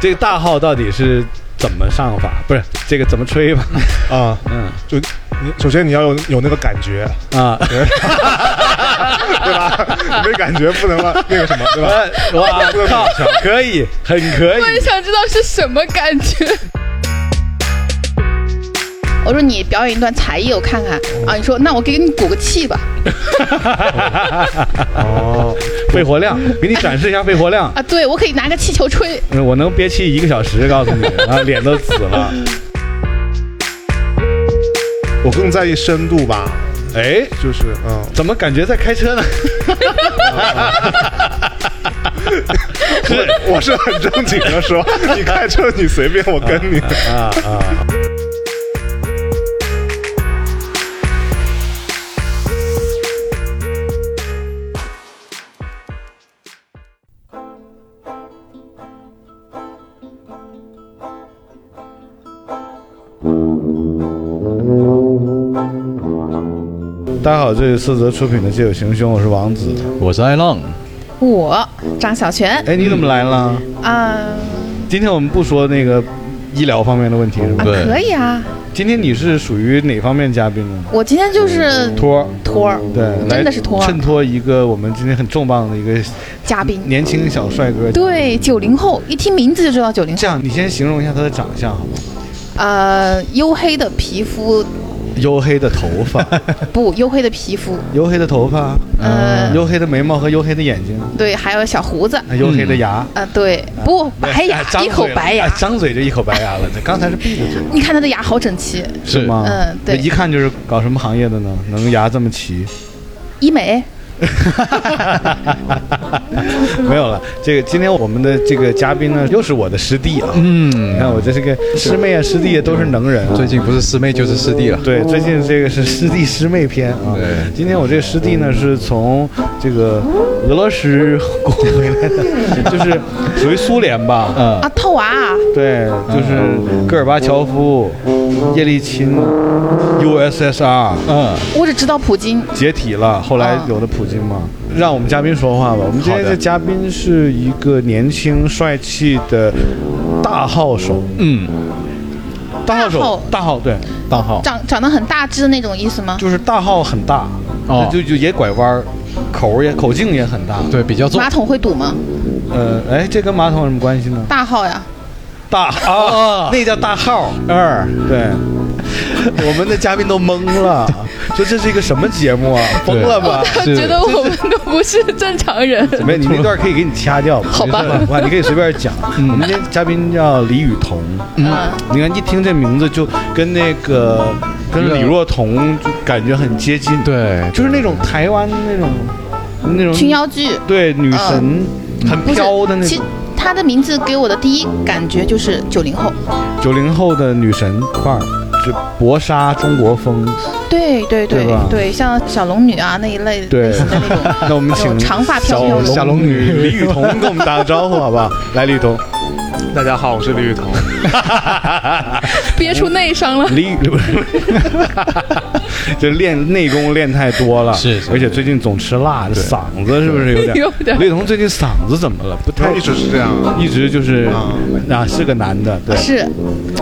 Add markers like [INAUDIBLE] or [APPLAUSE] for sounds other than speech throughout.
这个大号到底是怎么上法？不是这个怎么吹 [LAUGHS] 吧？啊，嗯，就你首先你要有有那个感 [LAUGHS] 觉，啊，对吧？没感觉不能让那个什么，对吧？哇靠，可以，很可我也以。想知道是什么感觉。 [LAUGHS] 我说你表演一段才艺，我看看啊。你说那我给你鼓个气吧。哦， [LAUGHS] 肺活量，给你展示一下肺活量。啊，对我可以拿个气球吹。嗯我能憋气一个小时，告诉你，啊，脸都紫了。我更在意深度吧，哎，就是嗯， [LAUGHS] 怎么感觉在开车呢？我是很正经的说，你开车你随便，我跟你。啊啊！大家好，这里是四则出品的《借酒行凶》，我是王子。我是艾浪，我张小泉，哎，你怎么来了？啊、今天我们不说那个医疗方面的问题，是吧？对可以啊。今天你是属于哪方面嘉宾呢？我今天就是托儿，托儿对，真来的是啊托儿衬托一个我们今天很重磅的一个嘉宾。年轻小帅哥。，对，九零后，一听名字就知道九零后。这样你先形容一下他的长相好吗？呃，黝黑的皮肤，黝黑的头发，不，黝黑的皮肤， [LAUGHS] 黝黑的头发，啊呃黝黑的眉毛和黝黑的眼睛，对，还有小胡子，啊、啊黝黑的牙，对，不，白牙哎，张一口嘴了白牙哎。张嘴就一口白牙了。这刚才是闭着嘴，你看他的牙好整齐，是是吗？嗯对一看就是搞什么行业的呢？能牙这么齐？ [LAUGHS] 医美。没有了，这个今天我们的这个嘉宾呢，又是我的师弟啊。你嗯，看我这是个师妹啊，师弟啊，都是能人啊。最近不是师妹就是师弟了，对，最近这个是师弟师妹篇啊哦对。今天我这个师弟呢是从这个俄罗斯过回来 [LAUGHS] 的，就是属于苏联吧。嗯啊，套娃啊，对，就是戈尔巴乔夫、叶利钦、USSR 嗯，我只知道普京。解体了，后来啊有的普京嘛。让我们嘉宾说话吧。我们今天好的这嘉宾是一个年轻帅气的大号手，嗯，大号大手号，大号对。大号，长长得很大只的那种意思吗？就是大号很大，哦就就也拐弯儿，口儿也口径也很大。，对，比较重马，桶会堵吗？呃，哎，这跟马桶有什么关系呢？大号呀，大啊，那叫大号二。对， [LAUGHS] 我们的嘉宾都懵 [LAUGHS] 了，说这是一个什么节目啊？疯了吧？是觉得我们都不是正常人。没，你那段可以给你掐掉，好吧没事哇，你可以随便 [LAUGHS] 讲。我们今天嘉宾叫李雨桐，嗯，你看一听这名字就跟那个跟李若彤就感觉很接近，，对，就是那种台湾那种那种群妖剧对，女神、很嗯不是飘的，那其种，他的名字给我的第一感觉就是九零后。九零后的女神范儿，就薄纱中国风。对对对吧对，像小龙女啊那一类对类型的那种。 [LAUGHS] 那我们那请种长发飘小飘的小龙女李雨桐跟我们打个招呼，好不 [LAUGHS] 好？来，李雨桐， [LAUGHS] 大家好，我是李雨桐。憋出内伤了。李雨不是， [LAUGHS] 就练内功练太多了，是是而且最近总吃辣，这嗓子是不是有点？ [LAUGHS] 有点李雨桐最近嗓子怎么了？不他太一直是这样，一直就是啊啊，是个男的，对。嗯是，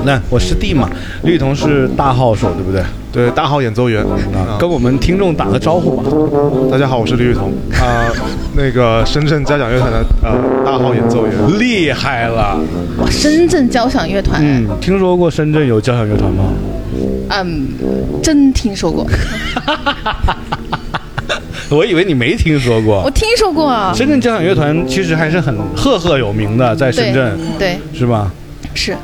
那我师弟嘛，李雨桐是大号手，对不对？对，大号演奏员。啊，跟我们听众打个招呼吧。大家好，我是李雨桐啊、那个深圳交响乐团的呃大号演奏员。厉害了，哇，深圳交响乐团，嗯，听说过深圳有交响乐团吗？嗯，真听说过， [LAUGHS] 我以为你没听说我过。听说过啊。深圳交响乐团其实还是很赫赫有名的，在深对圳对是吧？是，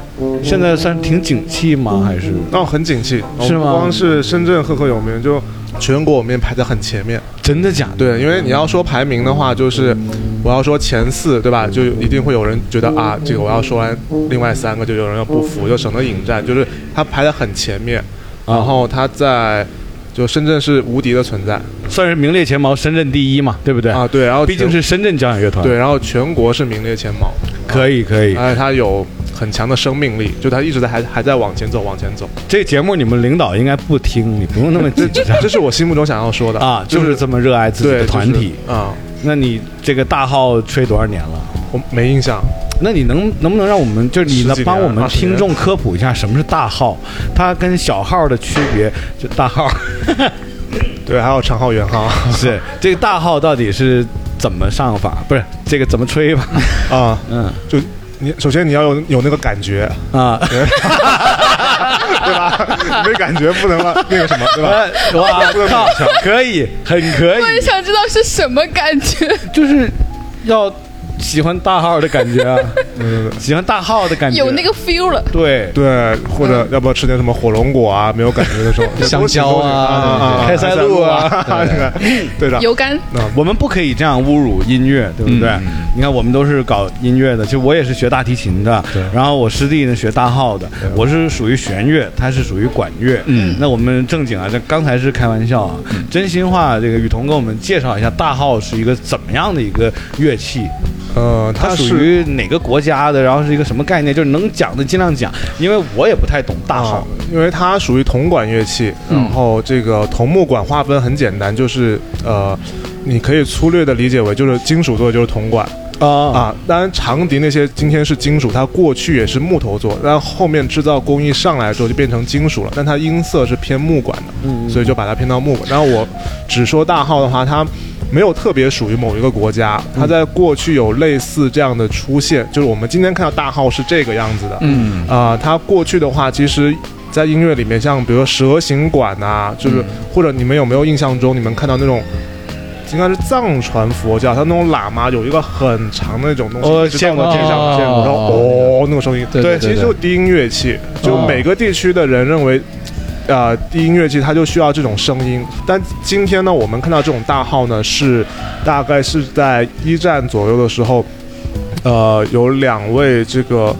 现在算挺景气吗？还是那、哦很景气，是吗不光是深圳赫赫有名，就全国我们也排在很前面。真的假的？对，因为你要说排名的话，就是我要说前四，对吧？就一定会有人觉得啊，这个我要说完另外三个，就有人要不服，就省得引战。就是他排在很前面，啊然后他在就深圳是无敌的存在算是名列前茅，深圳第一嘛，对不对？啊。对，然后毕竟全是深圳交响乐团。对，，然后全国是名列前茅，可以可以。而且他有很强的生命力，就他一直在还还在往前走，往前走。这个节目你们领导应该不听，你不用那么紧 [LAUGHS] 张这是我心目中想要说的啊啊，就是这么热爱自己对的团体。就是啊。那你这个大号吹多少年了？我没印象。那你能能不能让我们，就是你十几呢，年帮我们二十年听众科普一下什么是大号，它跟小号的区别？就大 [LAUGHS] 号对，还有长 [LAUGHS] 号、圆号是这个大号到底是怎么上法？不是这个怎么吹 [LAUGHS] 吧？啊，嗯就你首先你要有有那个感觉，啊，对吧？没感觉不能吧那个什么，对吧？呃哇靠，可以，很可我也以，想知道是什么感觉。就是要喜欢大号的感觉啊，对对对喜欢大号的感觉，有那个 feel 了，对。对，或者要不要吃点什么火龙果啊？没有感觉的时候， [LAUGHS] 这都香蕉啊啊，开塞露啊开 [LAUGHS] 塞露啊，对的，油干我们不可以这样侮辱音乐，对不对？你看，我们都是搞音乐的，就我也是学大提琴的，然后我师弟呢学大号的，我是属于弦乐，他是属于管乐。嗯，那我们正经啊，这刚才是开玩笑啊，真心话，这个雨桐给我们介绍一下，大号是一个怎么样的一个乐器？呃，它它属是于哪个国家的？然后是一个什么概念？就是能讲的尽量讲，因为我也不太懂大啊号。，因为它属于铜管乐器，然后这个桐木管划分很简单，就是呃，你可以粗略的理解为就是金属做的就是铜管啊啊，当然长笛那些今天是金属，它过去也是木头做，但后面制造工艺上来之后就变成金属了，但它音色是偏木管的，所以就把它偏到木管。然后我只说大号的话，它。没有特别属于某一个国家，它在过去有类似这样的出现，就是我们今天看到大号是这个样子的，嗯，啊，它过去的话，其实，在音乐里面，像比如说蛇形管啊，就是、或者你们有没有印象中，你们看到那种应该是藏传佛教，它那种喇嘛有一个很长的那种东西，我一直见过到地见过上，见过，然后哦哦，那个声音，对对对其实就低音乐器，就哦每个地区的人认为。啊，低音乐器它就需要这种声音，但今天呢，我们看到这种大号呢，是大概是在一战左右的时候，呃，有两位这个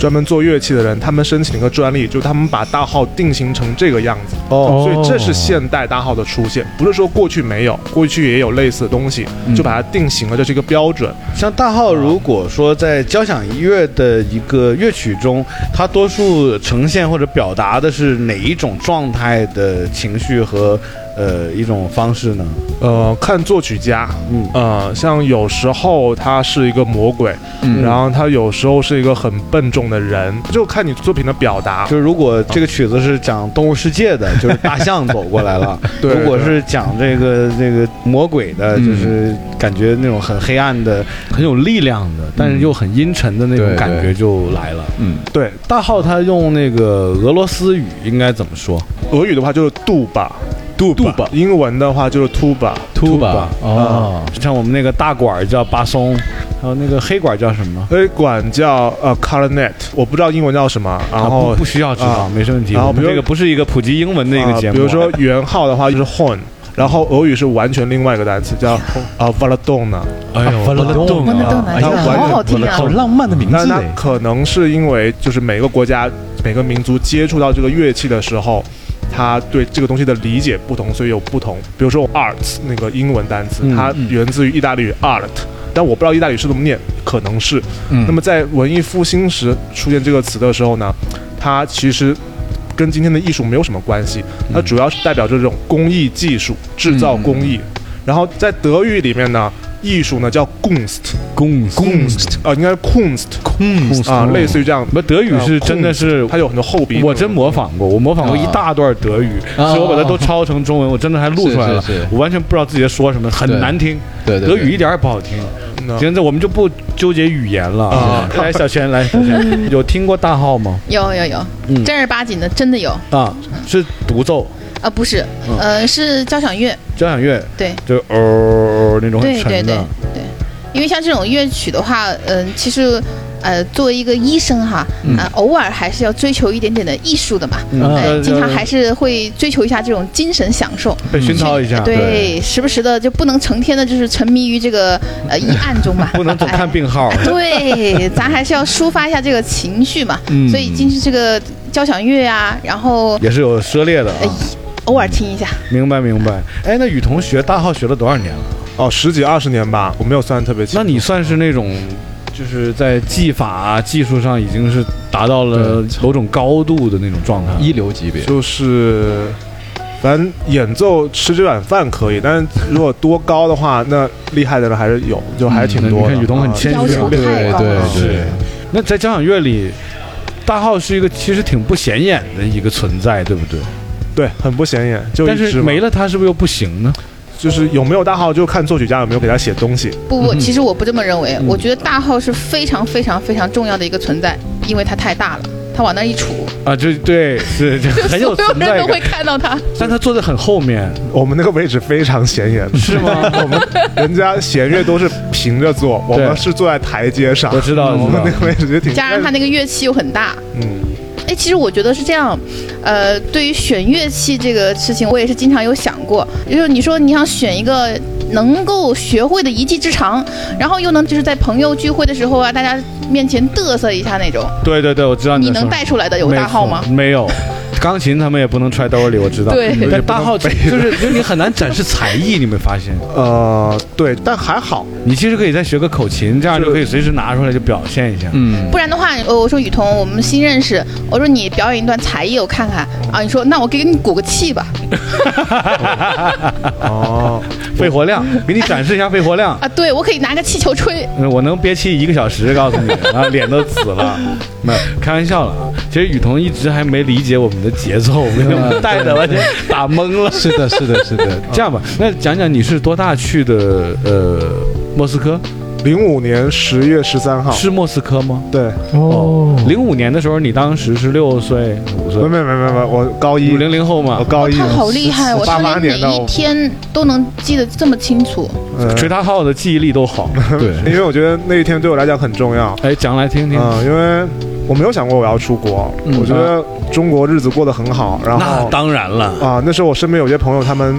专门做乐器的人，他们申请了一个专利，就他们把大号定型成这个样子。哦所以这是现代大号的出现，不是说过去没有，过去也有类似的东西，嗯就把它定型了，这是一个标准。像大号，如果说在交响乐的一个乐曲中，它多数呈现或者表达的是哪一种状态的情绪和呃一种方式呢？呃，看作曲家，嗯呃，像有时候他是一个魔鬼，然后他有时候是一个很笨重的人，就看你作品的表达。就是如果这个曲子是讲动物世界的，就是大象走过来 [LAUGHS] 了；对如果是讲这个这个魔鬼的，嗯就是感觉那种很黑暗的、很有力量的，但是又很阴沉的那种对感觉对就来了。嗯，对，大号他用那个俄罗斯语应该怎么说？俄语的话就是杜吧，杜吧，英文的话就是突吧。秃吧，啊哦，像我们那个大管儿叫巴松，还有那个黑管儿叫什么？所以管叫呃 clarinet，我不知道英文叫什么，然啊后不不需要知道，啊没什么问题。然后我们比如这个不是一个普及英文的一个啊节目。比如说圆号的话就是 horn，然后俄语是完全另外一个单词叫啊 v a l a d o n a 哎呦，巴拉动巴拉啊动啊哎呦这个完好全好听啊好浪漫的名那字哎它嘞，可能是因为就是每个国家每个民族接触到这个乐器的时候。他对这个东西的理解不同，所以有不同。比如说 art 那个英文单词，嗯它源自于意大利语 art，但我不知道意大利语是怎么念，可能是。嗯那么在文艺复兴时出现这个词的时候呢，它其实跟今天的艺术没有什么关系，它主要是代表着这种工艺技术、制造工艺。然后在德语里面呢，艺术呢叫 Kunst，Kunst 公司啊、应该是 Kunst 公司啊、类似于这样。不，德语是啊真的是它有很多后鼻。哦我真模仿过，我模仿啊过一大段德语，啊所以我把它都抄成中文，我真的还录出来了是是是，我完全不知道自己在说什么，很对难听。对对德对语一点儿也不好听。嗯行，这我们就不纠结语言了。啊来，小轩，来，小 [LAUGHS] 轩，有听过大号吗？有有有嗯，正儿八经的，真的有啊，是独奏啊，不是嗯，呃，是交响乐，交响乐，对就是哦那种很对对沉对的。对，因为像这种乐曲的话，嗯、其实。呃，作为一个医生哈，啊、偶尔还是要追求一点点的艺术的嘛，嗯哎呃经常还是会追求一下这种精神享受，被熏陶一下，对，，时不时的就不能成天的就是沉迷于这个呃医案中吧， [LAUGHS] 不能总看病号哎。 [LAUGHS] 哎 [LAUGHS] 对，咱还是要抒发一下这个情绪嘛，嗯所以进是这个交响乐啊，然后也是有涉猎的啊哎，偶尔听一下，明白明白。哎，那雨桐学大号学了多少年了？哦，十几二十年吧，我没有算得特别清。那你算是那种，就是在技法、啊、技术上已经是达到了某种高度的那种状态了。一流级别，就是反正演奏吃这碗饭可以，但是如果多高的话，那厉害的人还是有，就还是挺多嗯的。你看雨桐很谦要虚求啊，太高了对对。那在交响乐里，大号是一个其实挺不显眼的一个存在，对不对？对，很不显眼，就一但是只嘛没了它是不是又不行呢？就是有没有大号，就看作曲家有没有给他写 [LAUGHS] 东西。不嗯不，其实我不这么认为，我觉得大号是非常非常非常重要的一个存在，因为它太大了，它往那一杵，啊，就对，是 [LAUGHS] 就很有所有存在人都会感，看到他。但它坐在很后面，我们那个位置非常显眼，是 [LAUGHS] 吗？我们人家弦乐都是平着坐，我们是坐在台阶上。我知道我们那个位置就挺加上它那个乐器又很大，嗯，哎，其实我觉得是这样，呃，对于选乐器这个事情，我也是经常有想过，就是你说你想选一个能够学会的一技之长，然后又能就是在朋友聚会的时候啊，大家面前嘚瑟一下那种，对对对，我知道你在能说带出来的有大号吗？没有，钢琴他们也不能揣兜里，我知道。对但大号就是就是你很难展示才艺，你没发现？呃，对，但还好， [LAUGHS] 你其实可以再学个口琴，这样就可以随时拿出来就表现一下。 [LAUGHS] 嗯，不然的话，呃，我说雨桐，我们新认识，我说你表演一段才艺，我看看啊，你说那我给你鼓个气吧，哦，肺活量，给你展示一下肺活量。啊，对我可以拿个气球吹，嗯我能憋气一个小时，告诉你，啊，脸都紫了。没有，开玩笑了啊。其实雨桐一直还没理解我们的节奏，我们带的完全打懵 [LAUGHS] 了。是的，是的，是的。这样吧，那讲讲你是多大去的？呃，莫斯科零五年十月十三号，是莫斯科吗？对，哦，零五年的时候，你当时是六岁、五岁没，没没没没，我高一五，零零后嘛我，高一，他好厉害，我八他八连年每的一我，天都能记得这么清楚，嗯吹大号的记忆力都好。对， [LAUGHS] 因为我觉得那一天对我来讲很重要。哎，讲来听听。嗯，因为我没有想过我要出国，我觉得中国日子过得很好，然嗯那后。当然了，啊，那时候我身边有些朋友，他们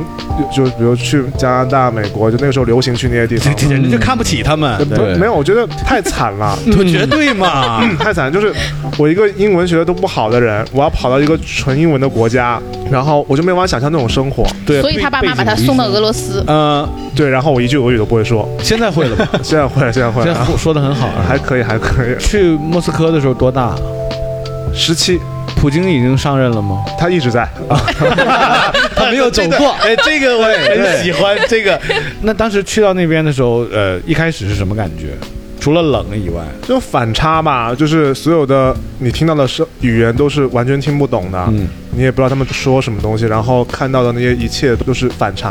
就就比如去加拿大、美国，就那个时候流行去那些地这 [LAUGHS] 方。这人家就看不起他们，不没有，我觉得太惨了，不绝对嘛。 [CLEARS THROAT] 太惨了！就是我一个英文学的都不好的人，我要跑到一个纯英文的国家，然后我就没有办法想象那种生活。对，所以他爸妈把他背景送到俄罗斯。啊呃，对，然后我一句俄语都不会说， [LAUGHS] 现在会了吧？现在会了，现在会 [LAUGHS] 现了在 [LAUGHS] 啊，说的很好。还可以，还可以。去莫斯科的时候多大？十七，普京已经上任了吗？他一直在。 [LAUGHS] 他没有走过。 [LAUGHS] 哎，这个我也很喜欢。这个， [LAUGHS] 那当时去到那边的时候，呃，一开始是什么感觉？除了冷以外，就反差吧，就是所有的你听到的是语言都是完全听不懂的，嗯你也不知道他们说什么东西，然后看到的那些一切都是反差，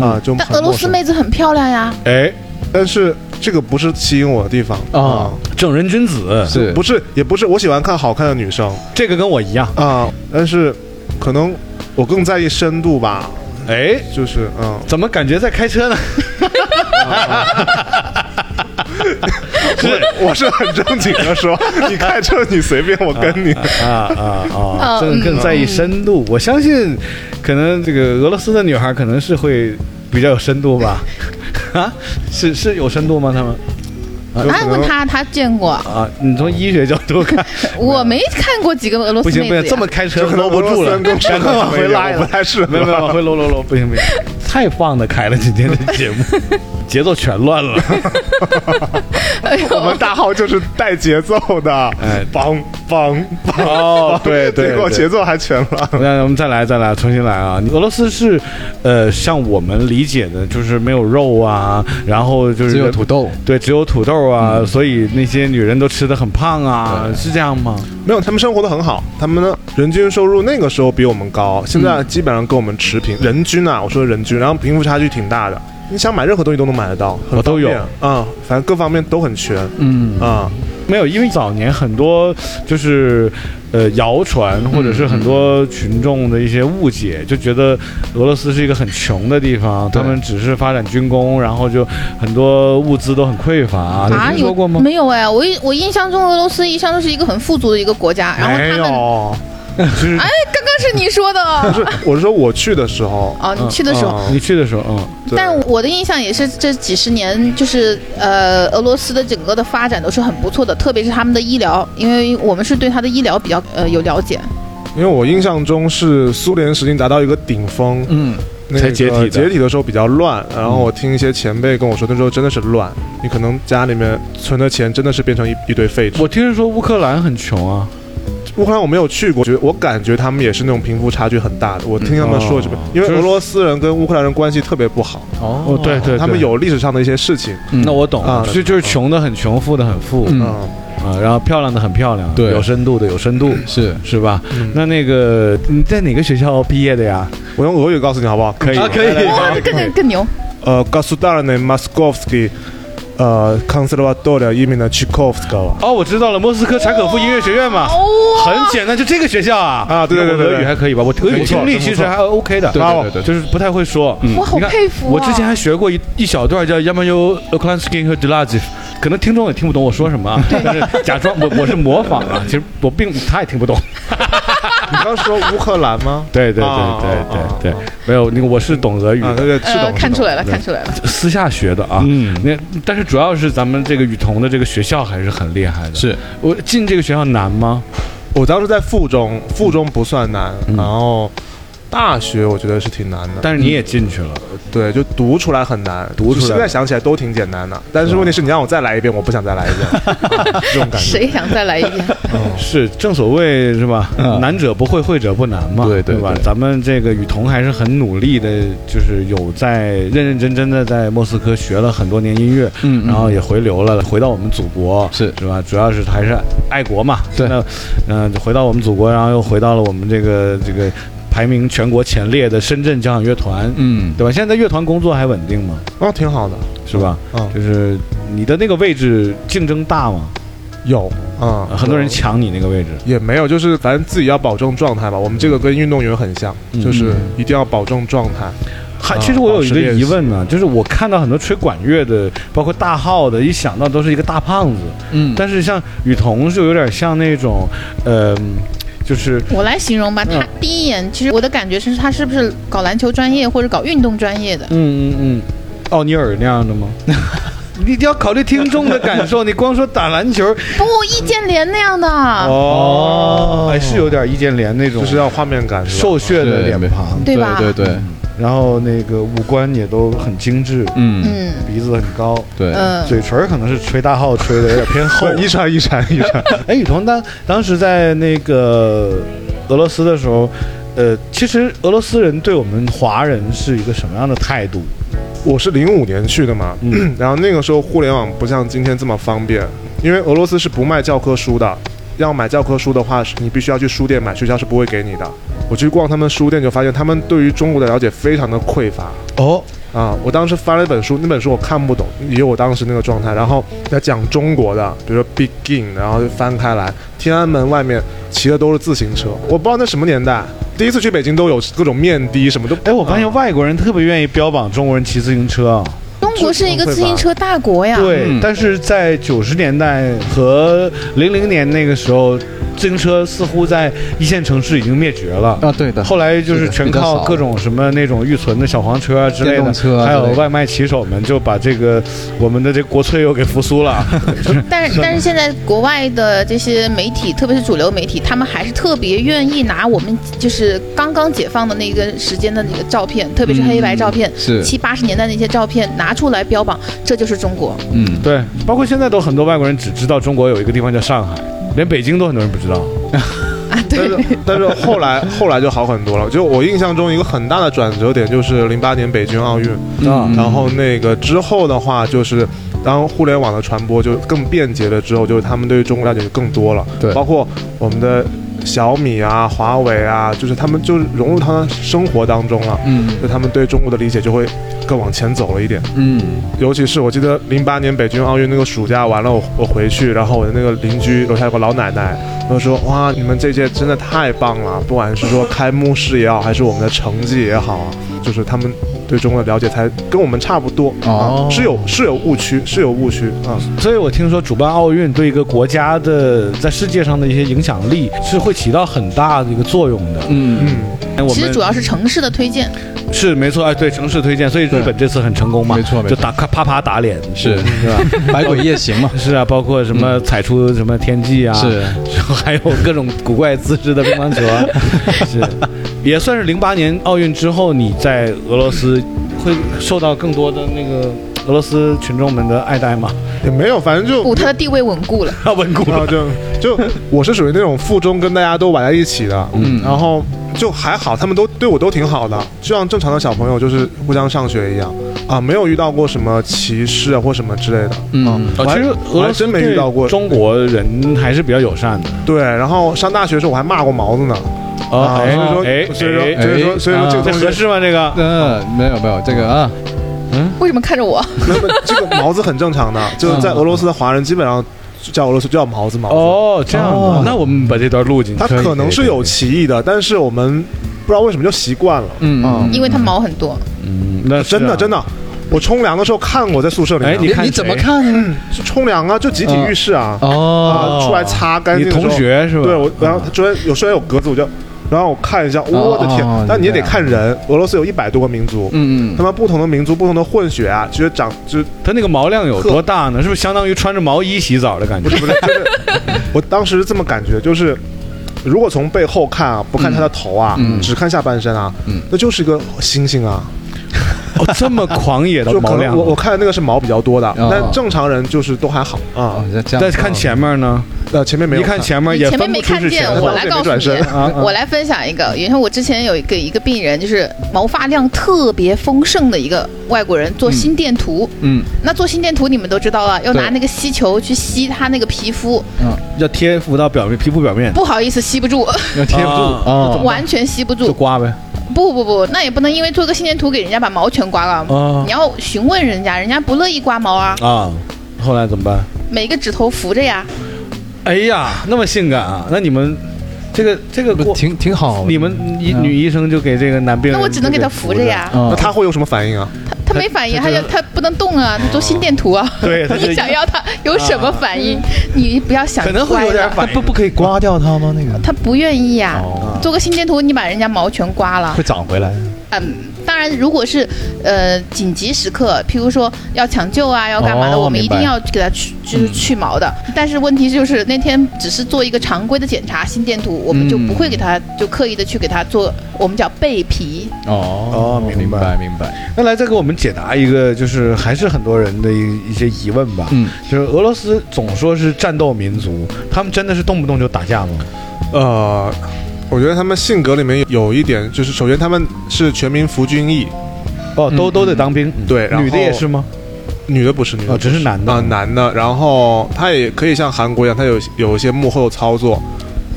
啊、就但很俄罗陌斯生。妹子很漂亮呀，哎，但是这个不是吸引我的地方啊啊、正人君子，是不是，也不是我喜欢看好看的女生这个跟我一样。啊、但是可能我更在意深度吧，哎，就是嗯，怎么感觉在开车呢？我 [LAUGHS] 我是很正经 [LAUGHS] 的说，你开车你随便，我跟你。 [LAUGHS] 啊啊啊！[LAUGHS] 啊更更在意深度。我相信，可能这个俄罗斯的女孩可能是会比较有深度吧？ [LAUGHS] 啊，是是有深度吗？她们有啊可，能问他他见过，啊，你从医学角度看，我没看过几个俄罗 [LAUGHS] 不斯行不妹子行，呀。这么开车就可能搂不住了，俄罗 [LAUGHS] 斯跟中赶快国往回拉一不拉。太适合， [LAUGHS] 没有没有，往回搂搂搂，不行不行，太放得开了，今天的 [LAUGHS] 节目节奏全乱了。哎呦， [LAUGHS] 我们大号就是带节奏的，哎梆梆 [LAUGHS] 梆，哦，对对，结果对节奏还全了。那我们再来，再来，重新来啊！俄罗斯是，呃，像我们理解的，就是没有肉啊，然后就是只有土豆。对，只有土豆啊，所以那些女人都吃的很胖啊，是这样吗？没有，他们生活的很好，他们呢人均收入那个时候比我们高，现嗯在基本上跟我们持平，人均啊，我说人均，然后贫富差距挺大的。你想买任何东西都能买得到，我哦都有啊、嗯，反正各方面都很全嗯，啊、没有，因为早年很多就是，呃，谣传或者是很多群众的一些误解，就觉得俄罗斯是一个很穷的地方，他们只是发展军工，然后就很多物资都很匮乏。啊，你听有说过吗？没有哎，我印我印象中俄罗斯一向都是一个很富足的一个国家，然后没他们有，就是哎，刚刚是你说的，不是，我是说我去的时候，哦，你去的时候。啊你去的时候，嗯。对但我的印象也是，这几十年就是呃，俄罗斯的整个的发展都是很不错的，特别是他们的医疗，因为我们是对他的医疗比较呃有了解。因为我印象中是苏联时期达到一个顶峰，嗯，那才个解体的嗯解体的时候比较乱，然后我听一些前辈跟我说，那时候真的是乱，你可能家里面存的钱真的是变成一一堆废纸。我听说乌克兰很穷啊，乌克兰我没有去过，觉得我感觉他们也是那种贫富差距很大的。我听他们说什么，因为俄罗斯人跟乌克兰人关系特别不好。哦，对对，他们有历史上的一些事情。那我懂啊了，就就是穷的很穷，富的很富，嗯啊，然后漂亮的很漂亮，对有深度的有深度，是是吧？那那个你在哪个学校毕业的呀？我用俄语告诉你好不好？可以啊可以来来来哇，更更更牛！呃，Государственный Московский 呃 консерватория имени Чайковского。哦，我知道了，莫斯科柴可夫音乐学院嘛，哇，很简单，就这个学校啊啊对对对对对俄语还可以吧？我俄语没错听力其实还 OK 的，对对对对对就是不太会说。嗯我好你看佩服啊我之前还学过一一小段叫 Yamayo Oklansky 和 d l a z i 可能听众也听不懂我说什 [LAUGHS] 么啊，但是假装我我是模仿啊，其实我并他也听不懂。你刚说乌克兰吗？ [LAUGHS] 对对啊对啊啊对对对，没有那个我是懂俄语啊，的对对，是呃，的，看出来了，对看出来了。私下学的啊，嗯那但是主要是咱们这个雨桐的这个学校还是很厉害的。是我进这个学校难吗？我当时在附中，附中不算难，然后大学我觉得是挺难的，但是你也进去了，对，就读出来很难，读出来就现在想起来都挺简单的，但是问题是你让我再来一遍，我不想再来一 [LAUGHS] 遍，这种感觉。谁想再来一遍？是正所谓是吧？嗯难者不会，会者不难嘛，对对吧对？咱们这个雨桐还是很努力的，就是有在认认真真的在莫斯科学了很多年音乐，嗯嗯然后也回流了，回到我们祖国，是是吧？主要是还是爱国嘛，对那嗯、回到我们祖国，然后又回到了我们这个这个排名全国前列的深圳交响乐团，嗯，对吧？现在乐团工作还稳定吗？哦，挺好的，是吧？哦嗯就是你的那个位置竞争大吗？有，嗯，呃哦很多人抢你那个位置。也没有，就是反正自己要保证状态吧。我们这个跟运动员很像，就是一定要保证状态。还啊其实我有一个保持练习疑问呢，就是我看到很多吹管乐的，包括大号的，一想到都是一个大胖子，嗯但是像雨桐就有点像那种，呃，就是我来形容吧，他嗯第一眼其实我的感觉是他是不是搞篮球专业或者搞运动专业的？嗯嗯嗯，奥尼尔那样的吗？你要考虑听众的感受，你光说打篮 [LAUGHS] 球不，易建联那样的。啊哦，哎，是有点易建联那种，就是要画面感是吧，瘦削的对脸没庞，对吧对对对，然后那个五官也都很精致，嗯，呃嗯鼻子很高，对，嗯，嘴唇儿可能是吹大号吹的有点偏厚， [LAUGHS] 一传一传一传。哎，雨桐当当时在那个俄罗斯的时候，呃，其实俄罗斯人对我们华人是一个什么样的态度？我是零五年去的嘛，嗯 [CLEARS THROAT] 然后那个时候互联网不像今天这么方便，因为俄罗斯是不卖教科书的。要买教科书的话，是你必须要去书店买，学校是不会给你的。我去逛他们书店，就发现他们对于中国的了解非常的匮乏。哦，啊，我当时翻了一本书，那本书我看不懂，以我当时那个状态，然后在讲中国的，比如说 Begin，然后就翻开来，天安门外面骑的都是自行车，我不知道那什么年代，第一次去北京都有各种面的什么都，哎，我发现外国人特别愿意标榜中国人骑自行车啊。中国是一个自行车大国呀。对，嗯但是在九十年代和零零年那个时候，自行车似乎在一线城市已经灭绝了。啊，对的，后来就是全是的比较靠少各种什么那种预存的小黄车啊之类电的，动车啊还有之类的外卖骑手们就把这个我们的这国粹又给复苏 [LAUGHS] 了。但 [LAUGHS] 是但是现在国外的这些媒体，特别是主流媒体，他们还是特别愿意拿我们就是刚刚解放的那个时间的那个照片，特别是黑白照片，是七八十年代那些照片拿出来标榜，这就是中国。嗯，对，包括现在都很多外国人只知道中国有一个地方叫上海，连北京都很多人不知道。但是但是后来后来就好很多了。就我印象中一个很大的转折点就是零八年北京奥运，嗯然后那个之后的话就是。当互联网的传播就更便捷了之后，就是他们对于中国了解就更多了，对包括我们的小米啊、华为啊，就是他们就是融入他们生活当中了，嗯就他们对中国的理解就会更往前走了一点。嗯，尤其是我记得零八年北京奥运那个暑假完了，我我回去，然后我的那个邻居楼下有个老奶奶，她就说：“哇，你们这届真的太棒了！不管是说开幕式也好，还是我们的成绩也好啊，就是他们对中国的了解才跟我们差不多哦啊，是有是有误区，是有误区啊。所以我听说主办奥运对一个国家的在世界上的一些影响力是会起到很大的一个作用的。嗯，嗯，哎我其实们主要是城市的推荐，是没错，哎，对城市推荐，所以日本这次很成功嘛，没错没错就打咔啪啪打脸，是是吧？百鬼夜行嘛，是啊，包括什么踩出什么天际啊，是，然后还有各种古怪姿势的乒乓球啊， [LAUGHS] 是，也算是零八年奥运之后，你在俄罗斯会受到更多的那个俄罗斯群众们的爱戴吗？也没有，反正就嗯鼓他的地位稳固了， [LAUGHS] 稳固 [LAUGHS] 然后就就我是属于那种附中跟大家都玩在一起的，嗯，然后就还好，他们都对我都挺好的，就像正常的小朋友就是互相上学一样啊，没有遇到过什么歧视啊或什么之类的，嗯，我哦还其实我俄还罗斯真没遇到过对中国人还是比较友善的。对，然后上大学的时候我还骂过毛子呢，啊，哎所以哎说所以说哎所以说所以说这个这东西合适吗？这个嗯，没有没有这个啊，为什么看着 [LAUGHS] 我？那么这个毛子很正常的，嗯就是在俄罗斯的华人基本上叫俄罗斯就叫毛子毛子，哦，这样哦的，那我们把这段录进去他。可能是有歧义的，但是我们不知道为什么就习惯了，啊嗯嗯，因为他毛很多，嗯那 [LAUGHS] 真的真的，的。我冲凉的时候看过，在宿舍里面。哎你看你怎么看？就冲凉啊，就集体浴室啊，哦啊，出来擦干你净的时候。同学是吧？对我，然后他居然有虽然有格子，我就，然后我看一下，我的天哦！但你也得这样看人，俄罗斯有一百多个民族，嗯他们不同的民族、不同的混血啊，其实长就他那个毛量有多大呢？是不是相当于穿着毛衣洗澡的感觉？不是 [LAUGHS] 不是，就是我当时是这么感觉，就是如果从背后看啊，不看他的头啊，嗯只看下半身啊，嗯那就是一个猩猩啊，哦，这么狂野的就毛可量能我，我看那个是毛比较多的，哦但正常人就是都还好啊哦，。这样但是看前面呢？呃，前面没有一看前面你也前面分没不出看是谁啊见，了。我来告诉转你身，我来分享一个。原先我之前有一个一个病人，就是毛发量特别丰盛的一个外国人做心电图。嗯那做心电图你们都知道了，要拿对那个吸球去吸他那个皮肤，要贴附到表面皮肤表面，不好意思吸不住，要贴不住哦， [LAUGHS] 完全吸不就住。刮呗。不不不，那也不能因为做个心电图给人家把毛全刮了。啊你要询问人家，人家不乐意刮毛啊，啊，后来怎么办？每个指头扶着呀。哎呀，那么性感啊！那你们这个这个不过，挺挺好。你们医嗯女医生就给这个男病人，那我只能给他扶着。呀，啊那他会有什么反应啊？他他没反应，他哦他就他不能动啊，他做心电图啊。 [LAUGHS] 对，他就啊你想要他有什么反应，你不要想可能会有点歪了反应，不不可以刮掉它吗？那个他不愿意呀、哦做个心电图，你把人家毛全刮了会。长回来。嗯，当然，如果是呃紧急时刻，譬如说要抢救啊，要干嘛的，哦我们一明白定要给他去就是去毛的。但是问题就是那天只是做一个常规的检查，心电图我们就不会给他、就刻意的去给他做，我们叫备皮。哦哦明明白白明白。那来再给我们解答一个，就是还是很多人的一一些疑问吧。嗯，就是俄罗斯总说是战斗民族，他们真的是动不动就打架吗？呃，我觉得他们性格里面有一点，就是首先他们是全民服军役，哦，都嗯都得当兵。对然后女的也是吗？女的不是，女的哦，不只是男的啊、。男的，然后他也可以像韩国一样，他有有一些幕后操作，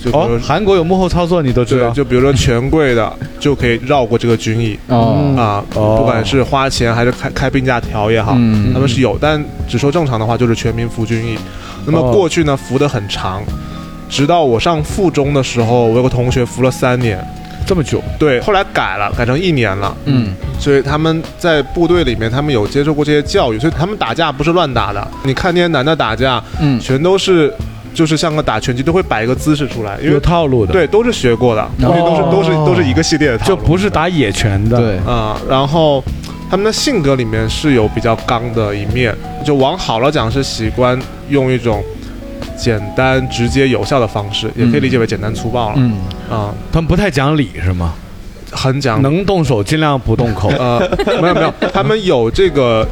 就比如哦，韩国有幕后操作，你都知对，道。就比如说权贵的就可以绕过这个军役哦啊，哦不管是花钱还是开开病假条也好，嗯他们是有，但只说正常的话就是全民服军役。那么哦过去呢，服的很长，直到我上附中的时候，我有个同学服了三年，这么久，对，后来改了，改成一年了。嗯所以他们在部队里面，他们有接受过这些教育，所以他们打架不是乱打的。你看那些男的打架，嗯全都是就是像个打拳击，都会摆一个姿势出来，因有为套路的。，哦对都是学过的，所以都是都是都是一个系列的套就路，不是打野拳的。对啊、然后他们的性格里面是有比较刚的一面，就往好了讲是喜欢用一种简单、直接、有效的方式，也可以理解为简单粗暴了嗯啊、他们不太讲理是吗？很讲能动手尽量不动口。呃，没有没 [LAUGHS] 有，他们有这个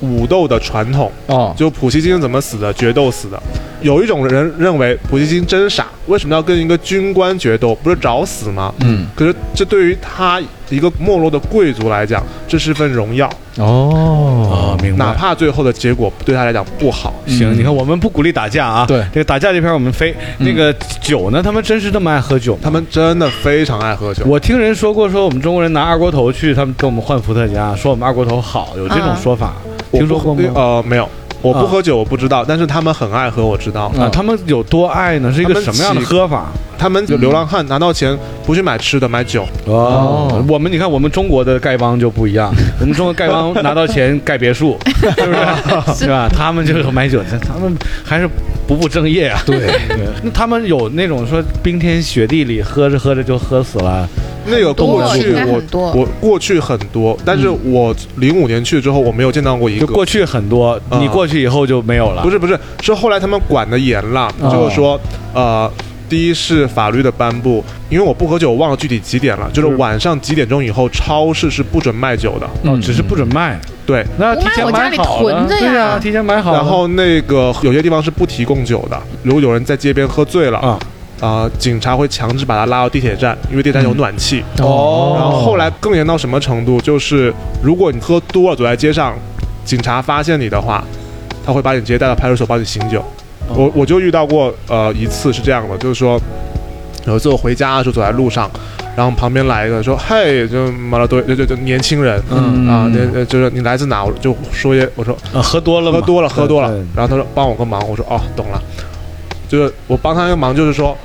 武斗的传统。哦就普希金是怎么死的？决斗死的。有一种人认为普希金真傻，为什么要跟一个军官决斗？不是找死吗？嗯可是这对于他一个没落的贵族来讲，这是份荣耀，哦哦，明白哪。怕最后的结果对他来讲不好。行，嗯你看我们不鼓励打架啊。对这个打架这篇我们飞。那个酒呢？他们真是那么爱喝酒吗？他们真的非常爱喝酒，我听人说过，说我们中国人拿二锅头去，他们跟我们换伏特加，说我们二锅头好，有这种啊说法，我听说过不喝吗？呃，没有，我不啊喝酒，我不知道，但是他们很爱喝，我知道。啊，他们有多爱呢？是一个他们什么样的起喝法？他们流浪汉拿到钱不去买吃的，买酒。哦，我们你看，我们中国的丐帮就不 [LAUGHS] 一样，我们中国丐帮拿到钱盖别墅，是不是？是吧？他们就是买酒，他们还是不务正业啊。对， [LAUGHS] 那他们有那种说冰天雪地里喝着喝着就喝死了，那个多过去应该我很多我过去很多，但是我零五年去之后我没有见到过一就个。过去很多，啊你过去以后就没有了。不是不是，是后来他们管的严了，啊哦就是说，呃，第一是法律的颁布，因为我不喝酒，我嗯忘了具体几点了，就是晚上几点钟以后，超市是不准卖酒的。哦，只是不准卖。对，那提前买好了对对呀，呀提前买好了。然后那个有些地方是不提供酒的，如果有人在街边喝醉了啊啊。啊、警察会强制把他拉到地铁站，因为地铁站有暖气。哦然后后来更严到什么程度？就是如果你喝多了走在街上，警察发现你的话，他会把你直接带到派出所帮你醒酒。哦我我就遇到过呃一次是这样的，就是说有一次我回家的时候走在路上，然后旁边来一个说：“嘿，就马拉多，就就就年轻人，嗯啊，那就是你来自哪？”我就说一些，我说呃喝多了嘛，喝多了，喝多了对。然后他说帮我个忙，我说哦，懂了。就是我帮他一个忙，就是说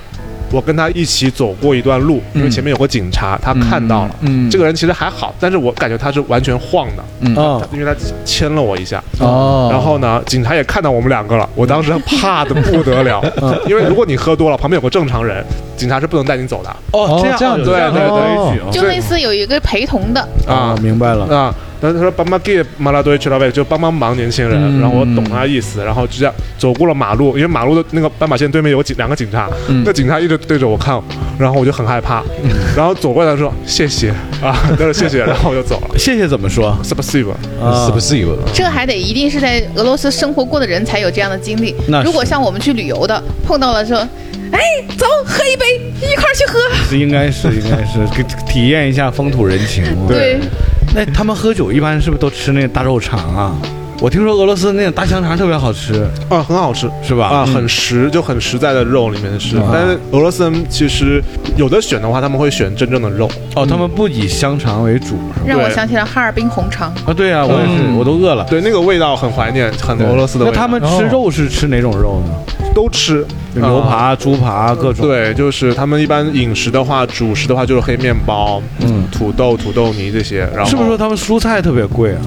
我跟他一起走过一段路，因为前面有个警察，他看到了。嗯这个人其实还好，但是我感觉他是完全晃的，嗯，因为他牵了我一下。哦然后呢，警察也看到我们两个了，我当时怕的不得 [LAUGHS] 了，嗯因为如果你喝多了，旁边有个正常人，警察是不能带你走的哦这样有对这样的对对规矩哦就类似有一个陪同的，啊啊，明白了。啊。然后他说帮忙给马拉多去到位，就帮帮忙年轻人。嗯然后我懂他意思，然后就这样走过了马路，因为马路的那个斑马线对面有警两个警察，嗯那警察一直对着我看，然后我就很害怕，然后走过来说谢谢啊，他 [LAUGHS] 说谢谢，然后我就走了。谢谢怎么说？是不是吧？啊是不是有？这还得一定是在俄罗斯生活过的人才有这样的经历那。是如果像我们去旅游的，碰到了说，哎，走，喝一杯，一块儿去喝。应该是应该是给体验一下风土人情嘛。对，那他们喝酒一般是不是都吃那个大肉肠啊？我听说俄罗斯那种大香肠特别好吃，啊，很好吃，是吧？啊，很实，就很实在的肉里面的啊吃。但是俄罗斯人其实有的选的话，他们会选真正的肉。哦，他们不以香肠为主是吧？让我对想起了哈尔滨红肠。啊，对啊，我也是，我都饿了。对，那个味道很怀念，很俄罗斯的那味道。他们吃肉是吃哪种肉呢？都吃就牛。扒、猪扒各种。，对，就是他们一般饮食的话，主食的话就是黑面包、嗯，土豆、土豆泥这些，然后是不是说他们蔬菜特别贵啊？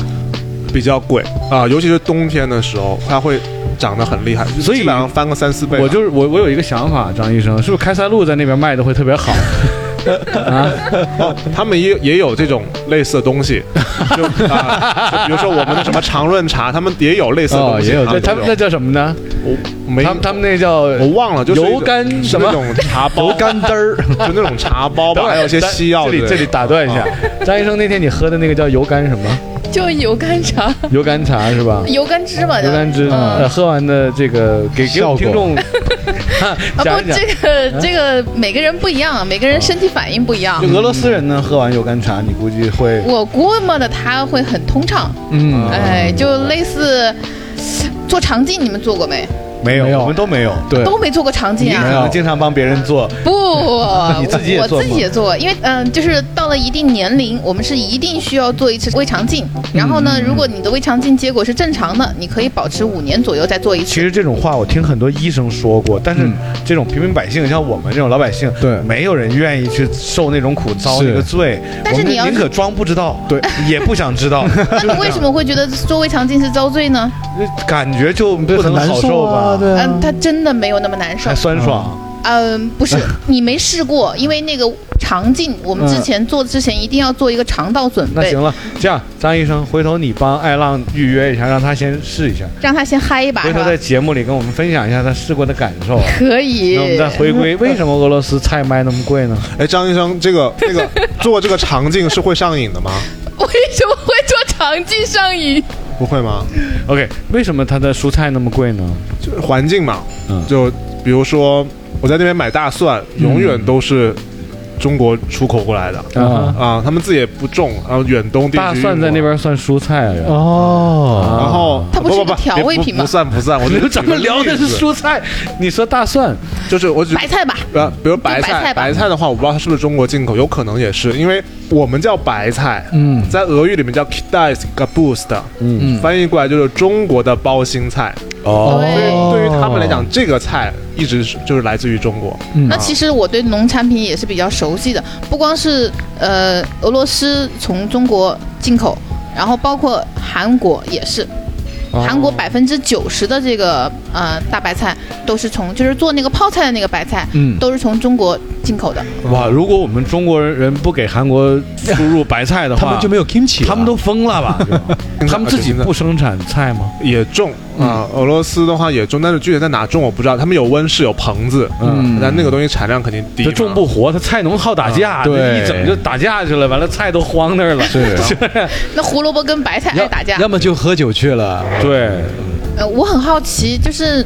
比较贵啊、尤其是冬天的时候，它会涨得很厉害，所以基本上翻个三四倍。我就是我，我有一个想法，张医生，是不是开塞露在那边卖的会特别好？他们也也有这种类似的 [LAUGHS] 东西，就啊、就比如说我们的什么常润茶，他们也有类似的哦东西，也有这啊对，他们那种叫什么呢？我没他们他们那叫我忘了，就是一种油甘是什么那种茶包，油甘汁儿， [LAUGHS] 就那种茶包吧，还有一些西药这之类里的。这里打断一下，张医生，那天你喝的那个叫油甘什么？就油甘茶、油甘茶是吧？油甘汁嘛，油甘汁，呃，喝完的这个给给我们听 [LAUGHS] 众啊讲不一，讲。这个这个每个人不一样，每个人身体反应不一样就。俄罗斯人呢，喝完油甘茶，你估计会我估摸的他会很通畅，嗯哎，就类似做肠镜，你们做过没？没有没有我们都没有。对都没做过肠镜你可啊。能经常帮别人做，不， [LAUGHS] 你自己也我做吗自己也做，因为嗯、就是到了一定年龄，我们是一定需要做一次胃肠镜。然后呢，如果你的胃肠镜结果是正常的，你可以保持五年左右再做一其次。实这种话我听很多医生说过，但是嗯这种平民百姓，像我们这种老百姓，对没有人愿意去受那种苦，遭是那个罪。但是我们你要宁是可装不知道，对， [LAUGHS] 也不想知道，那你为什么会觉得做胃肠镜是遭罪呢？感觉就对，不很能难好受受啊，吧？对啊嗯，，它真的没有那么难受还。酸爽，嗯，不是，你没试过，因为那个肠镜，我们之前做之前一定要做一个肠道准那备行，了，这样张医生，回头你帮艾浪预约一下，让他先试一下，让他先嗨一把，回是头吧在？节目里跟我们分享一下他试过的感受。啊可那我们以 [LAUGHS] 再。回归，为什么俄罗斯菜卖那么贵呢？哎，张医生，这 [LAUGHS] 个那个做这个肠镜是会上瘾的吗？为什么会做肠镜上 [LAUGHS] 瘾？不会吗？ OK，为什么它的蔬菜那么贵呢？就是环境嘛，嗯就比如说我在那边买大蒜，永远都是中国出口过来的、啊，啊，他们自己也不种，然后远东地区大蒜在那。边算蔬菜啊？哦，然后它不是一个不调味品吗不不算 [LAUGHS] 不算，我你就们咱们聊的是说，蔬菜，你说大蒜就是我只白菜吧，呃，比如白就白菜，菜吧白菜的话，我不知道它是不是中国进口，有可能也是，因为我们叫白菜，嗯在俄语里面叫 k i t a i s k a b u s t 嗯嗯翻译过来就是中国的包心菜。哦所对以对于他们来讲，这个菜一直是就是来自于中国。嗯那其实我对农产品也是比较熟悉的，不光是呃俄罗斯从中国进口，然后包括韩国也是。哦韩国百分之九十的这个呃大白菜都是从，就是做那个泡菜的那个白菜，嗯都是从中国进口的。哇！如果我们中国人不给韩国输入白菜的他话，们就没有 kimchi，了他们都疯了吧？就 [LAUGHS] 他们自己不生产菜吗？也种啊，俄罗斯的话也种，但是具体在哪种我不知道。他们有温室，有棚子，嗯嗯，但那个东西产量肯定低他嘛。种不活，他菜农好打架，嗯对一整就打架去了，完了菜都荒那儿了。是那胡萝卜跟白菜爱要打架要，么就喝酒去了， [LAUGHS] 对，呃，我很好奇，就是，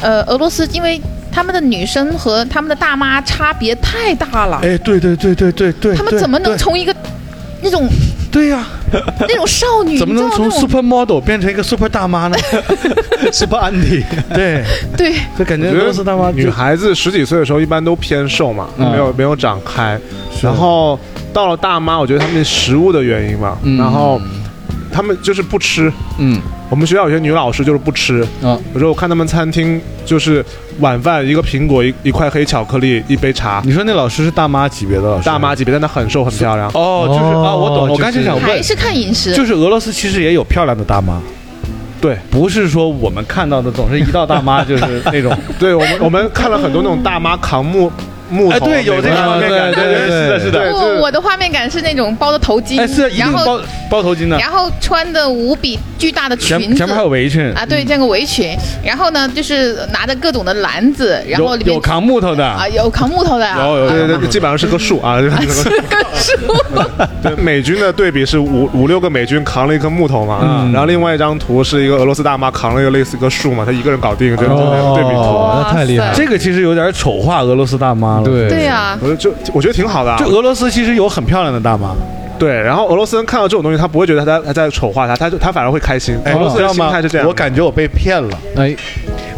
呃，俄罗斯因为他们的女生和他们的大妈差别太大了，哎，对对对对对对，他们怎么能从一个 [LAUGHS] 那种对呀？那种少女，怎么能从你知道 super model 变成一个 super 大妈 [LAUGHS] 呢？ [LAUGHS] 是不 Andy？对，那种对就感觉我觉都是大妈得女就孩子十几岁的时候一般都偏瘦嘛，嗯没有没有长开，然后到了大妈，我觉得他们食物的原因嘛，然后他们就是不吃。嗯我们学校有些女老师就是不吃，啊有时候我看他们餐厅就是晚饭一个苹果一一块黑巧克力一杯茶，你说那老师是大妈级别的老师？大妈级别，但她很瘦很漂亮。哦，就是啊，我懂，哦我刚才就是想还问，是看饮食，就是俄罗斯其实也有漂亮的大妈。对不是说我们看到的总是一到大妈 [LAUGHS] 就是那 [LAUGHS] 种，对，我们我们看了很多那种大妈扛木木头，哎，对，有这个画面感，对对对是的，是的，不，我的画面感是那种包的头巾哎，是的，一定然后包包头巾的，然后穿的无比巨大的前裙子，前面还有嗯围裙，啊，对，这个围裙，然后呢，就是拿着各种的篮子，然后有里面有扛木头的，啊，有扛木头的啊，有 [LAUGHS] 有对有对对，基本上是棵树啊。是 [LAUGHS] 对，美军的对比是五五六个美军扛了一棵木头嘛，嗯然后另外一张图是一个俄罗斯大妈扛了一个类似一棵树嘛，她一个人搞定，对对对，对比图。哦，那太厉害了，这个其实有点丑化俄罗斯大妈了。，对对啊，我就就我觉得挺好的、啊就，俄罗斯其实有很漂亮的大妈，对。然后俄罗斯人看到这种东西，他不会觉得他在他在丑化他，他就他反而会开心。哎，俄罗你斯知人道心吗态是这？样的。我感觉我被骗了。哎，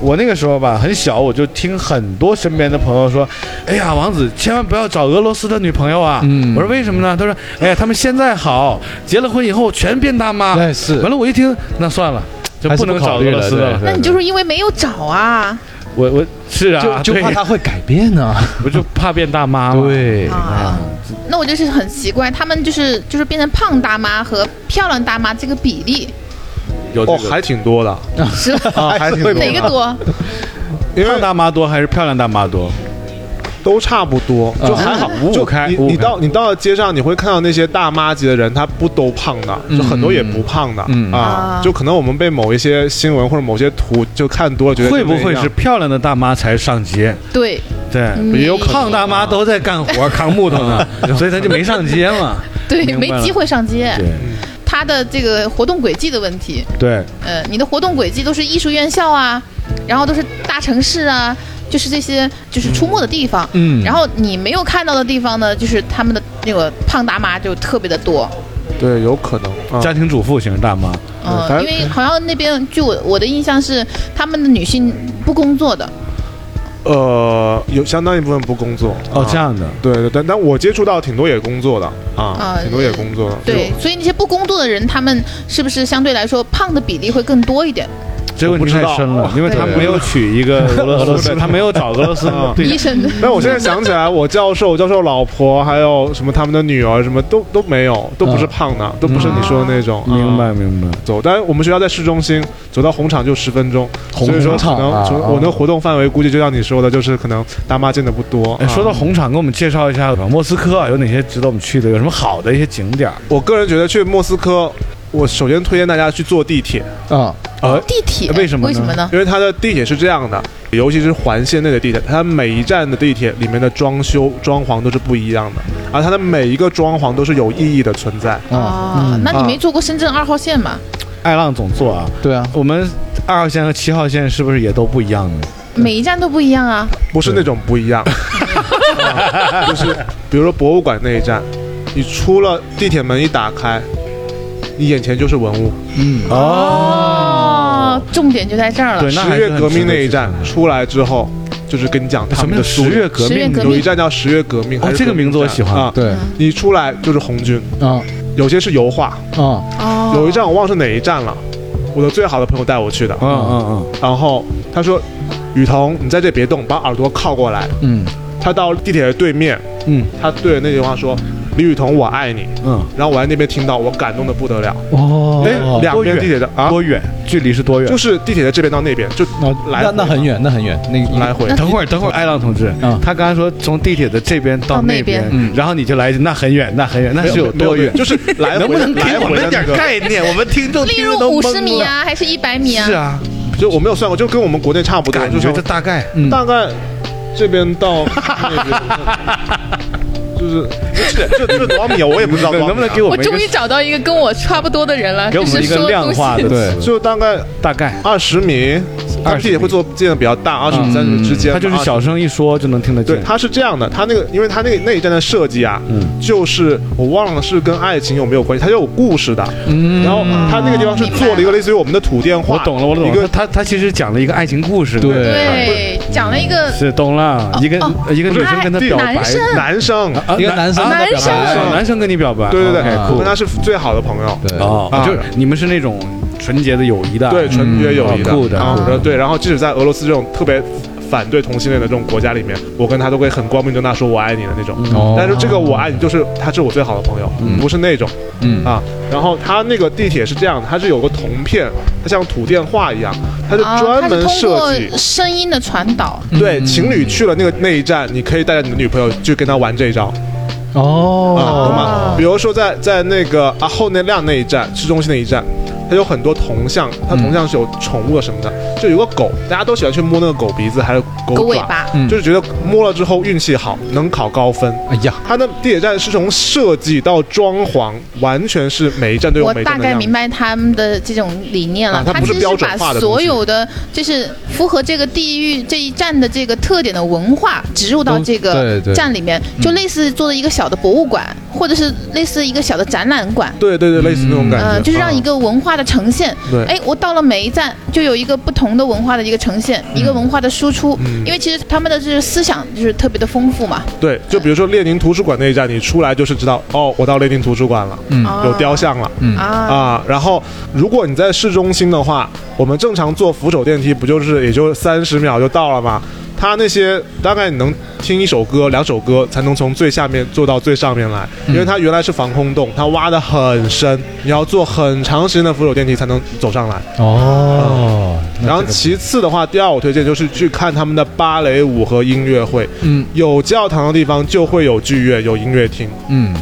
我那个时候吧，很小，我就听很多身边的朋友说：“哎呀，王子千万不要找俄罗斯的女朋友啊！”嗯我说为什么呢？他说：“哎呀，他们现在好，结了婚以后全变大妈。那是完了，我一听，那算了，就还是能不找考俄虑罗了，斯的了。对那你就对是因为没有找啊，我我是啊，就就对怕他会改变呢，我就怕变大妈嘛。 [LAUGHS] 对啊，那我就是很奇怪，他们就是就是变成胖大妈和漂亮大妈这个比例有哦，这个还挺多的，是 [LAUGHS] 啊，还挺多的哪 [LAUGHS] 个多？因胖为大妈多还是漂亮大妈多？都差不多，就还好。啊五五就开你五五你开到你到街上，你会看到那些大妈级的人，他不都胖的，嗯就很多也不胖的嗯啊啊。就可能我们被某一些新闻或者某些图就看多了，觉得会不就那会样是漂亮的大妈才上街？对，对，嗯也有可能胖大妈都在干 [LAUGHS] 活扛木头呢， [LAUGHS] 所以她就没上街嘛。对，明白没了机会上街，对他的这个活动轨迹的问题，对，呃，你的活动轨迹都是艺术院校啊，然后都是大城市啊，就是这些就是出没的地方。嗯然后你没有看到的地方呢，就是他们的那个胖大妈就特别的多。对，有可能啊家庭主妇型大妈，嗯反，正因为好像那边据我我的印象是，他们的女性不工作的，呃，有相当一部分不工作哦，啊这样的。对对，但但我接触到挺多也工作的啊啊，挺多也工作的。对，所以那些不工作的人，他们是不是相对来说胖的比例会更多一点？这个问题太深 [LAUGHS] 了，因为他没有娶一个俄罗 [LAUGHS] 斯的，嗯他没有找俄罗斯的对医象。生的，但我现在想起来，我教授、教授老婆，还有什么他们的女儿，什么都都没有，都不是胖的，都不是你说的那种。啊啊嗯明白明白，走，但是我们学校在市中心，走到红场就十分钟，红所以说红场可能啊就啊我那活动范围估计就像你说的，就是可能大妈见的不多。哎，啊说到红场，给我们介绍一下莫斯科啊有哪些值得我们去的，有什么好的一些景点儿？我个人觉得去莫斯科，我首先推荐大家去坐地铁，啊， [LAUGHS] 地铁为什么呢为什么呢？因为它的地铁是这样的，尤其是环线内的地铁，它每一站的地铁里面的装修装潢都是不一样的，而它的每一个装潢都是有意义的存在。啊啊，那你啊没坐过深圳二号线吗？爱浪总座啊，对啊，我们二号线和七号线是不是也都不一样呢？每一站都不一样啊。不是那种不 [LAUGHS] 一样，啊就是比如说博物馆那一站，你出了地铁门一打开，你眼前就是文物。哦，重点就在这儿了对，。那还十是月很革命值得那一去站看的出来之后，就是跟你讲他什么们叫的十月革十月命革有命一站叫十月革命，哦还是这个名字我喜欢啊。对你出来就是红军，啊有些是油画，啊，哦有一站我忘是哪一站了。我的最好的朋友带我去的，嗯嗯然后他说：“雨桐，你在这别动，把耳朵靠过来。”嗯他到地铁的对面，嗯他对着那句话说：“李雨桐《我爱你》，嗯，然后我在那边听到，我感动的不得了。哦，哎哦两边多远地铁的啊，多远？距离是多远？就是地铁的这边到那边，就那来那那回很嘛远，那很远，那个来回。等会儿，等会儿，艾浪同志，嗯他刚才说从地铁的这边到到那那边，边嗯然后你就来一句那很远，那很远，那是有多远？就是来回能不能给来我回们的点那个概念？我们听众例听如着都五懵十米了，啊，还是一百米啊？是啊，就我没有算过，就跟我们国内差不多，感就觉是这大概嗯大概这边到那边，就是就就就多少米啊？我也不知道多少米啊能不能给我我们一终个于找到一个跟我差不多的人了，给我就们是一个说量东西化的对词就大概大概？二十米，它20地铁会做建的比较大，二十米三十米之间，他嗯啊就是小20。声一说就能听得对，见。它是这样的，它那个，因为它那个那一站的设计啊，嗯就是我忘了是跟爱情有没有关系，它有故事的。嗯，然后它那个地方是做了一个类似于我们的土电话，我懂了，我懂一个了。他他他其实讲了一个爱情故事，对对，讲了一个是懂了。一个一个女生跟他表白男，生男生，啊一个男生啊的表白啊男生跟你表白，对对对， OK，我酷跟他是最好的朋友。对哦，啊就是你们是那种纯洁的友谊的，对，纯洁友谊嗯的，酷的啊酷的然后对，然后即使在俄罗斯这种特别反对同性恋的这种国家里面，我跟他都会很光明正大说我爱你的那种。哦但是这个我爱你就是他是我最好的朋友，不是那种嗯啊。然后他那个地铁是这样的，它是有个铜片，它像土电话一样，它就啊，专它是门通设过计。声音的传导，对，情侣去了那个那一站，你可以带着你的女朋友去跟他玩这一招啊，懂吗？哦，比如说在在那个啊后那亮那一站，市中心那一站，它有很多铜像，它铜像是有宠物的什么的，就有个狗，大家都喜欢去摸那个狗鼻子还是狗狗爪尾巴，嗯就是觉得摸了之后运气好，能考高分。哎呀，它的地铁站是从设计到装潢，完全是每一站都有我每一大站的概样明子。白他们的这种理念了啊。它他不是其实标是准把化的东西所有的就是符合这个地域这一站的这个特点的文化植入到都这个对嗯对站里面，就类似做的一个小的博物馆，或者是类似一个小的展览馆。对嗯对对，类似那种感觉，呃，就是让一啊个文化的呈现。对哎，我到了每一站就有一个不同的文化的一个呈现，嗯一个文化的输出。因为其实他们的这个思想就是特别的丰富嘛。对，就比如说列宁图书馆那一站，你出来就是知道哦，我到列宁图书馆了，嗯啊有雕像了。嗯啊，啊，然后如果你在市中心的话，我们正常坐扶手电梯，不就是也就三十秒就到了嘛？他那些大概你能听一首歌、两首歌，才能从最下面坐到最上面来，嗯因为它原来是防空洞，它挖的很深，你要坐很长时间的扶手电梯才能走上来。哦，那然后这个其次的话，第二我推荐就是去看他们的芭蕾舞和音乐会，嗯有教堂的地方就会有剧院、有音乐 [LAUGHS] 厅。嗯，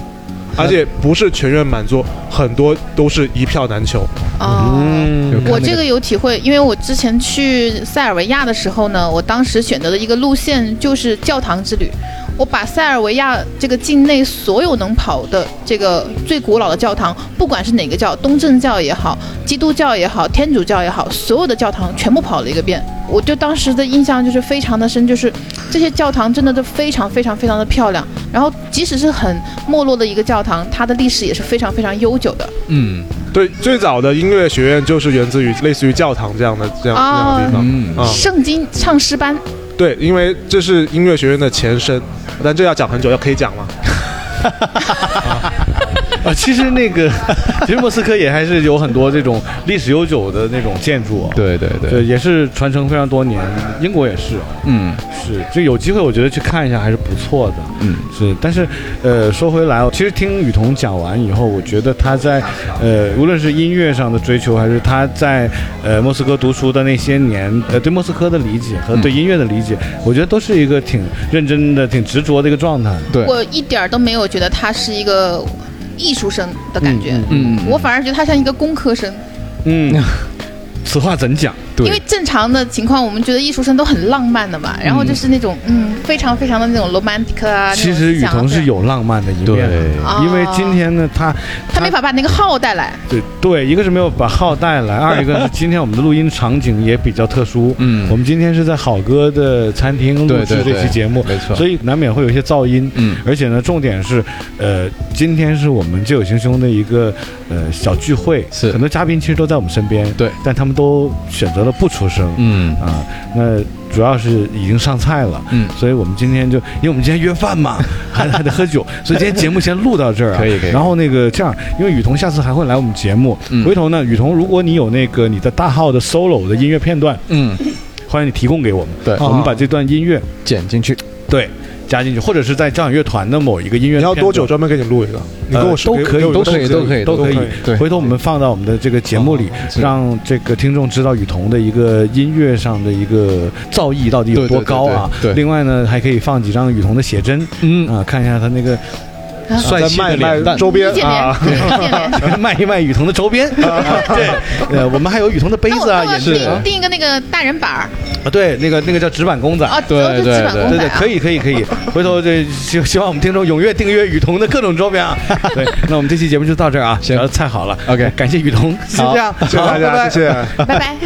而且不是全院满座，很多都是一票难求。哦。嗯就看我那这个有体会，因为我之前去塞尔维亚的时候呢，我当时选择的一个路线就是教堂之旅。我把塞尔维亚这个境内所有能跑的这个最古老的教堂，不管是哪个教，东正教也好，基督教也好，天主教也好，所有的教堂全部跑了一个遍。我对当时的印象就是非常的深，就是这些教堂真的都非常非常非常的漂亮。然后即使是很没落的一个教堂，它的历史也是非常非常悠久的。嗯对，最早的音乐学院就是源自于类似于教堂这样的这样、啊这样的地方。嗯哦啊、圣经唱诗班。对，因为这是音乐学院的前身，但这要讲很久，要可以讲吗？ [LAUGHS] 啊，其实那个，其实莫斯科也还是有很多这种历史悠久的那种建筑、，啊对对对，对，也是传承非常多年。英国也是，啊嗯是，就有机会我觉得去看一下还是不错的。嗯，是，但是，呃，说回来，其实听雨桐讲完以后，我觉得他在，呃，无论是音乐上的追求，还是他在呃莫斯科读书的那些年，呃，对莫斯科的理解嗯和对音乐的理解，我觉得都是一个挺认真的、挺执着的一个状态。对，我一点儿都没有觉得他是一个艺术生的感觉，嗯我反而觉得他像一个工科生， [LAUGHS] 嗯，此话怎讲？对因为正常的情况，我们觉得艺术生都很浪漫的嘛，然后就是那种嗯，非常非常的那种 romantic 啊。其实雨桐是有，有浪漫的一面的，对，啊因为今天呢，他他没法把那个号带来，对对，一个是没有把号带 [LAUGHS] 来，二一个是今天我们的录音场景也比较特殊。嗯我们今天是在好哥的餐厅录对制对这期对节目，没错所以难免会有一些噪音。嗯而且呢，重点是，呃，今天是我们旧友行凶的一个呃小聚会，是很多嘉宾其实都在我们身边，对，但他们都选择了不出声。嗯啊，那主要是已经上菜了，嗯所以我们今天就，因为我们今天约饭 [LAUGHS] 嘛，还还得喝酒，所以今天节目先录到这儿、啊，可以可以然后那个这样，因为雨桐下次还会来我们节目，嗯回头呢，雨桐，如果你有那个你的大号的 solo 的音乐片段，嗯，欢迎你提供给我们，啊对我们把这段音乐剪进去，对。加进去，或者是在交响乐团的某一个音乐。你要多久？专门给你录一个？你跟我说呃给都可以都可给我一个以时间都可以都可以都可以。对回头我们放到我们的这个节目里，是让这个听众知道雨桐的一个音乐上的一个造诣到底有多高啊。对对对对对另外呢，还可以放几张雨桐的写真，嗯啊，看一下他那个帅在气的卖脸卖蛋。周边易建联啊，，对易建 [LAUGHS] 联。卖一卖雨桐的周边，对，呃，我们还有雨桐的杯那我子啊，那我眼是镜啊定定一个那个大人板儿啊，对，那个那个叫纸板公仔，啊，对哦就对基本对功对仔对，啊可以可以 [LAUGHS] 可以，回头这希希望我们听众踊跃订阅雨桐的各种周边 [LAUGHS] 啊。对，那我们这期节目就到这儿啊，行然后菜好了 OK 感谢雨桐，就好这样， [LAUGHS] 谢谢 [LAUGHS] 大好拜家，拜谢谢。拜拜。